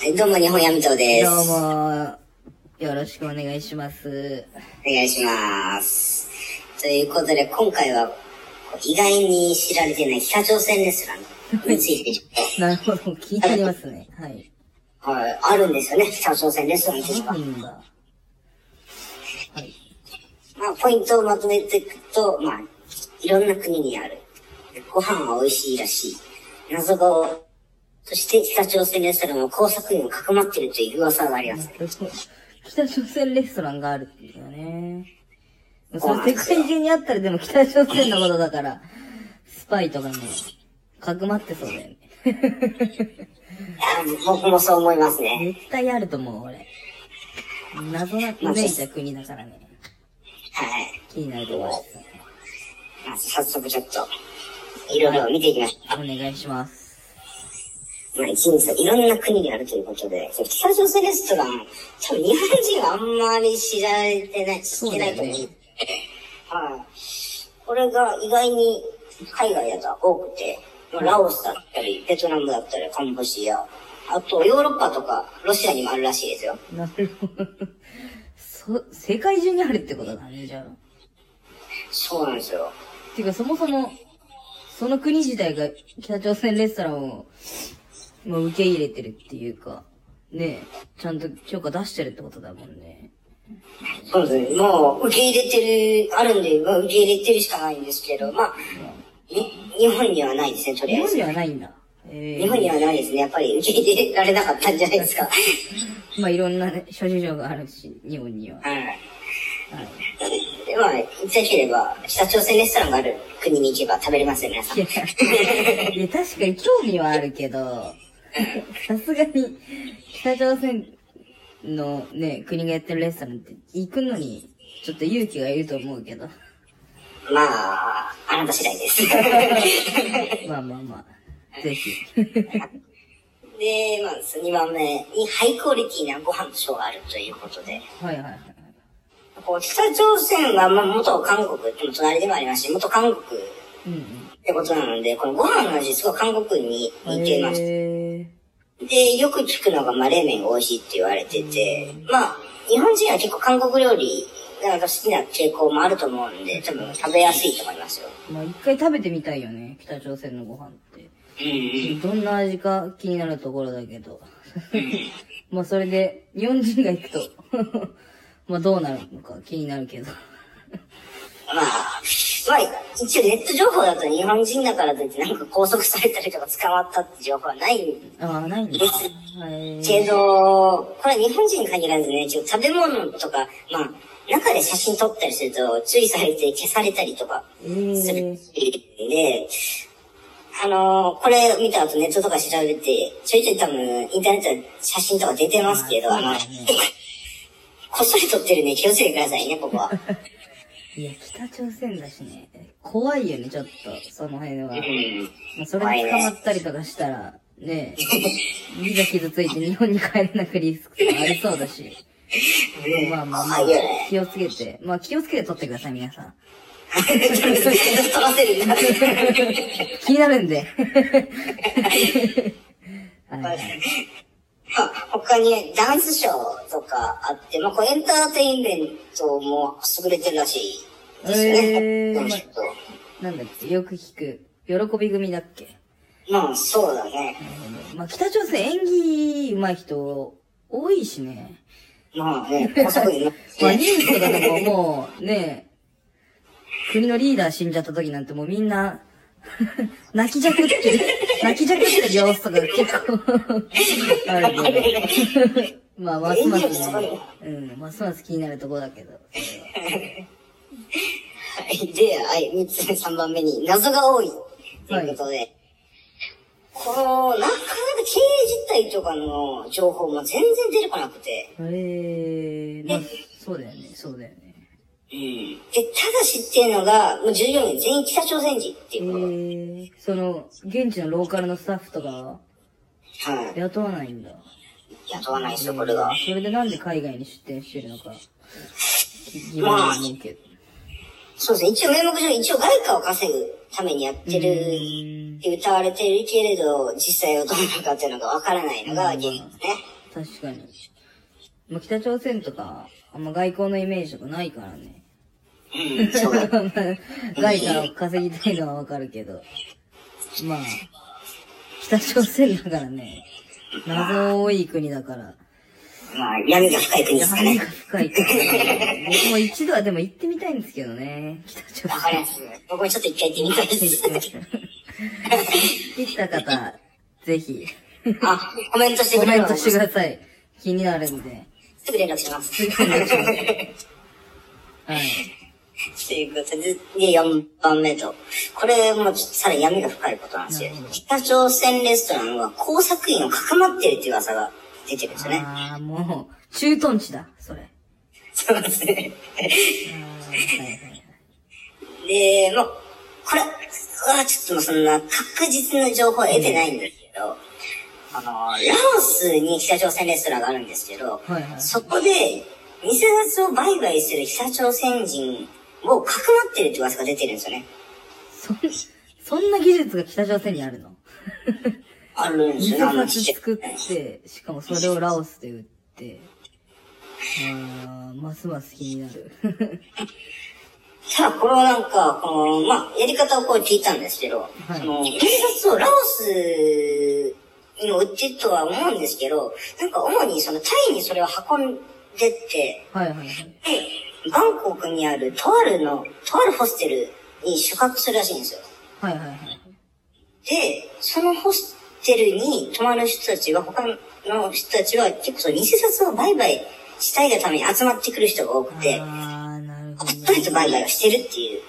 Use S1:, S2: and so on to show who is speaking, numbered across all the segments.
S1: はい、どうも、日本ヤミトです。
S2: どうも、よろしくお願いします。
S1: お願いします。ということで、今回は、意外に知られていない北朝鮮レストランについてちょっ
S2: なるほど、聞いてありますね。はい。
S1: と、はい、あるんですよね、北朝鮮レストランっていうの
S2: な
S1: が
S2: んだ。
S1: まあ、ポイントをまとめていくと、まあ、いろんな国にある。ご飯は美味しいらしい。謎が多いそして、北朝鮮レストランは工作員をかくまっているという噂があります。
S2: 北朝鮮レストランがあるっていうよね。それ世界中にあったらでも北朝鮮のことだから、スパイとかね、かくまってそうだよね。
S1: あ僕もそう思いますね。
S2: 絶対あると思う、俺。謎な、イメージた国だからね。
S1: はい。
S2: 気になるところですね。
S1: まあ、早速ちょっと、いろいろ見ていきましょう。
S2: お願いします。
S1: まあ、一日はいろんな国にあるということで、その北朝鮮レストラン、多分日本人はあんまり知られてない、知ってないと思う。
S2: そうだよね
S1: はい。これが意外に海外だと多くて、まあ、ラオスだったり、ベトナムだったり、カンボジア、あとヨーロッパとかロシアにもあるらしいですよ。
S2: なるほど。そ、世界中にあるってことだね、じゃあ。
S1: そうなんですよ。
S2: ていうかそもそも、その国自体が北朝鮮レストランを、まあ、受け入れてるっていうか、ねえ、ちゃんと許可出してるってことだもんね。
S1: そうですね。もう受け入れてる、あるんで、まあ、受け入れてるしかないんですけど、まあ、に日本にはないですね、とりあえ
S2: 日本
S1: ず。
S2: にはないんだ。ええ
S1: 日本にはないですね。やっぱり受け入れられなかったんじゃないですか。
S2: まあ、いろんなね、諸事情があるし、日本には。は
S1: はい。
S2: い。
S1: でまあ、行きたければ、北朝鮮レストランがある国に行けば食べれますよ、皆さん。
S2: いや、いや確かに興味はあるけど、さすがに、北朝鮮のね、国がやってるレストランって行くのに、ちょっと勇気がいると思うけど。
S1: まあ、あなた次第 です。
S2: まあまあまあ、ぜひ。
S1: で、まあ、2番目にハイクオリティなご飯のショーがあるということで。
S2: はいはいはいはい。
S1: こう北朝鮮は、まあ、元韓国って隣でもありますし、元韓国っ
S2: うんうん。
S1: てことなので、このご飯の味、すごい韓国に似てます。
S2: へ
S1: で、よく聞くのが、まあ、冷麺が美味しいって言われてて、まあ、日本人は結構韓国料理が好きな傾向もあると思うんで、多分食べやすいと思いますよ。
S2: ーまあ一回食べてみたいよね、北朝鮮のご飯って。
S1: うんうん。
S2: どんな味か気になるところだけど。 まあそれで、日本人が行くと、 まあどうなるのか気になるけど。
S1: まあ、まあ、一応ネット情報だと日本人だからといってなんか拘束されたりとか捕まったって情報はない
S2: ああ、ないんだ。はい。
S1: けど、これは日本人に限らずね、ちょっと食べ物とか、まあ、中で写真撮ったりすると注意されて消されたりとか
S2: え
S1: する
S2: ー、
S1: んで、あのこれ見た後ネットとか調べて、ちょいちょい多分インターネットで写真とか出てますけど、
S2: まあ
S1: あの、
S2: そうだよね
S1: こっそり撮ってるね、気をつけてくださいね、ここは。
S2: いや、北朝鮮だしね。怖いよね、ちょっと、その辺
S1: う。
S2: は
S1: ん
S2: まあ、それで捕まったりとかしたら、ねえ、ビザ傷ついて日本に帰れなくリスクとかありそうだし。まあまあまあ
S1: 怖いよね、
S2: 気をつけて、まあ気をつけて撮ってください、皆さん。
S1: 撮らせるんだ。
S2: 気になる んで。はいはい
S1: まあ他にダンスショーとかあって、まあ、こうエンターテインメントも優れてるらしいですね。
S2: へー
S1: この人
S2: なんだっけ、よく聞く、喜び組だっけ。
S1: まあ、そうだね。
S2: まあ北朝鮮演技上手い人多いしね。
S1: まあ ね、高速に乗っ
S2: まあ
S1: て
S2: ニュースとかでももうね、国のリーダー死んじゃった時なんてもうみんな、 泣きじゃくって る、泣きじゃくってる様子とか結構あるんで。まあ、ますますね、うん、ますます気になるところだけど。
S1: はいで、はい、三つ目、三番目に謎が多い。ということで。この、なかなか経営実態とかの情報も全然出てこなくて。
S2: えー、まあ、そうだよね、そうだよね。
S1: うん。で、ただ知ってるのが、もう14人全員北朝鮮人って
S2: え
S1: いうこと。
S2: ー、その、現地のローカルのスタッフとかは
S1: はい。
S2: 雇わないんだ。
S1: 雇わないですよ、これが。
S2: それでなんで海外に出店してるのか、疑問に思うけど。
S1: そうですね。一応名目上、一応外貨を稼ぐためにやってるって歌われてるけれど、実際はどうなのかっていうのがわからないのが現実ね。
S2: 確かに。まあ、北朝鮮とか、あんま外交のイメージとかないからね。
S1: うん、そうだ。
S2: 外貨を稼ぎたいのはわかるけど。まあ、北朝鮮だからね。謎多い国だから。
S1: まあ、闇が深い国ですか
S2: 闇
S1: ね
S2: が。深いから。僕も一度はでも行ってみたいんですけどね。北
S1: わ
S2: 朝
S1: かり
S2: 鮮。
S1: ます。僕もちょっと一回行ってみたいで
S2: 行っ
S1: す。
S2: てみたい行ってきた方、ぜひ、
S1: あ、コメントして
S2: コ
S1: くれる
S2: メン
S1: の
S2: ト
S1: す
S2: してください。気になるんで。
S1: ぐ連絡し ます。と
S2: はい。
S1: いうことで、で、4番目と。これもさらに闇が深いことなんですよ
S2: なるほ。ど
S1: 北朝鮮レストランは工作員をかくまってるっていう噂が出てるんですよね。
S2: ああ、もう、駐屯地だ、それ。
S1: そうですね。
S2: あーはいはい
S1: で、もう、これはちょっともうそんな確実な情報は得てないんですけど、あの、ラオスに北朝鮮レストランがあるんですけど、
S2: はいはい
S1: そこで、店札を売買する北朝鮮人をかくまってるって噂が出てるんですよね。
S2: そん、そんな技術が北朝鮮にあるの
S1: あるんですよ
S2: 偽
S1: ね、あの
S2: 札作って、しかもそれをラオスで売って。ああ、ますます気になる。
S1: ただ、これはなんか、この、まあ、やり方をこう聞いたんですけど、
S2: はい
S1: その、警察をラオスに売ってるとは思うんですけど、なんか主にそのタイにそれを運んでって、
S2: はいはいはい。
S1: で、バンコクにあるとあるの、とあるホステルに宿泊するらしいんですよ。
S2: はいはいはい。
S1: で、そのホステルに泊まる人たちは、他の人たちは結構その偽札を売買したいがために集まってくる人が多くて、
S2: ああ、なるほ
S1: こ
S2: ど
S1: っそりと
S2: ね。
S1: 売買をしてるっていう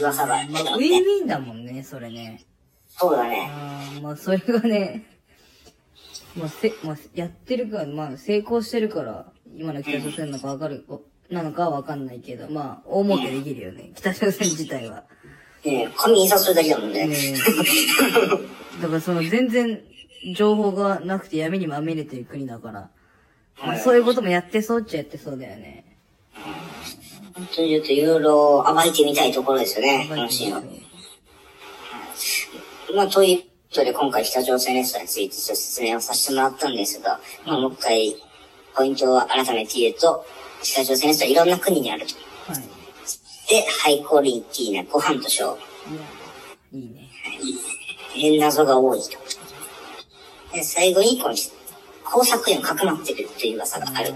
S1: 噂が
S2: まあ、
S1: あ
S2: ウ
S1: った
S2: ィ
S1: の
S2: ンウ
S1: で、
S2: ィンだもんね、それね。
S1: そうだね。
S2: ああ、まあ、それがね、 まあ、せ、まあ、やってるから、まあ、成功してるから、今の北朝鮮なのかわかる、おなのかはわかんないけど、まあ、大儲けできるよね。北朝鮮自体は。
S1: ねえ、紙印刷するだけだもんね。
S2: ねえ だから、その、全然、情報がなくて闇にまみれてる国だから、まあ、そういうこともやってそうっちゃやってそうだよね。
S1: 本当にちょっといろいろ暴いてみたいところですよね、このシーンは。まあ、ということで今回北朝鮮レストランについてちょっと説明をさせてもらったんですが、まあ、もう一回、ポイントを改めて言うと、北朝鮮レストランいろんな国にあると。
S2: はい。
S1: で、ハイクオリティなご飯とショー。
S2: いやいいね。
S1: 変謎が多いと。で、最後に、この、工作員をかくまってるという噂がある。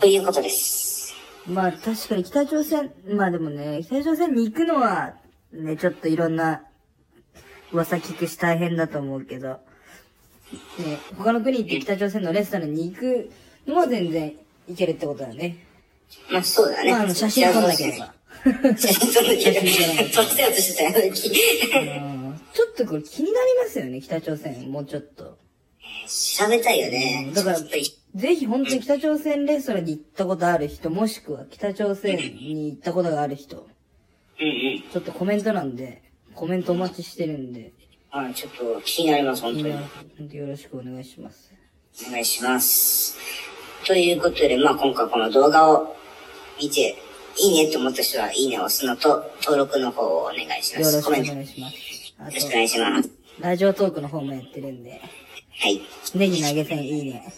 S1: ということです。
S2: まあ確かに北朝鮮、まあでもね、北朝鮮に行くのは、ね、ちょっといろんな噂聞くし大変だと思うけど、ね、他の国行って北朝鮮のレストランに行くのは全然行けるってことだね。
S1: まあ、そうだね。
S2: まああの写真撮んなければ。
S1: 写真 撮るけど、撮ってようとしてたよ、
S2: うんちょっとこれ気になりますよね、北朝鮮。もうちょっと。
S1: 調べたいよね。
S2: だから
S1: ちょっとい
S2: ぜひ本当に北朝鮮レストランに行ったことある人、もしくは北朝鮮に行ったことがある人、
S1: うん
S2: ちょっとコメントなんで、コメントお待ちしてるんで、
S1: うん。あちょっと気になります、本当に。
S2: 本当よろしくお願いします。
S1: お願いします。ということで、まあ今回この動画を見て、いいねと思った人は、いいねを押すのと、登録の方をお願いし
S2: よ
S1: ま
S2: ろし
S1: す。
S2: く
S1: コ
S2: お
S1: メ
S2: 願
S1: ントよ
S2: いします。あ
S1: ろしくお
S2: と、
S1: 願いします。
S2: ラジオトークの方もやってるんで、
S1: はい。
S2: ネギ投げ銭いいね。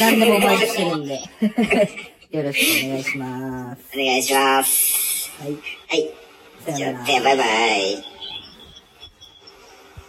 S2: 何でもお待ちしてるんで、 よろしくお願いします。
S1: お願いします。
S2: はい、
S1: はい。
S2: さ
S1: じ
S2: よ
S1: ゃ
S2: な
S1: あ、
S2: ら
S1: で。はバイバイ。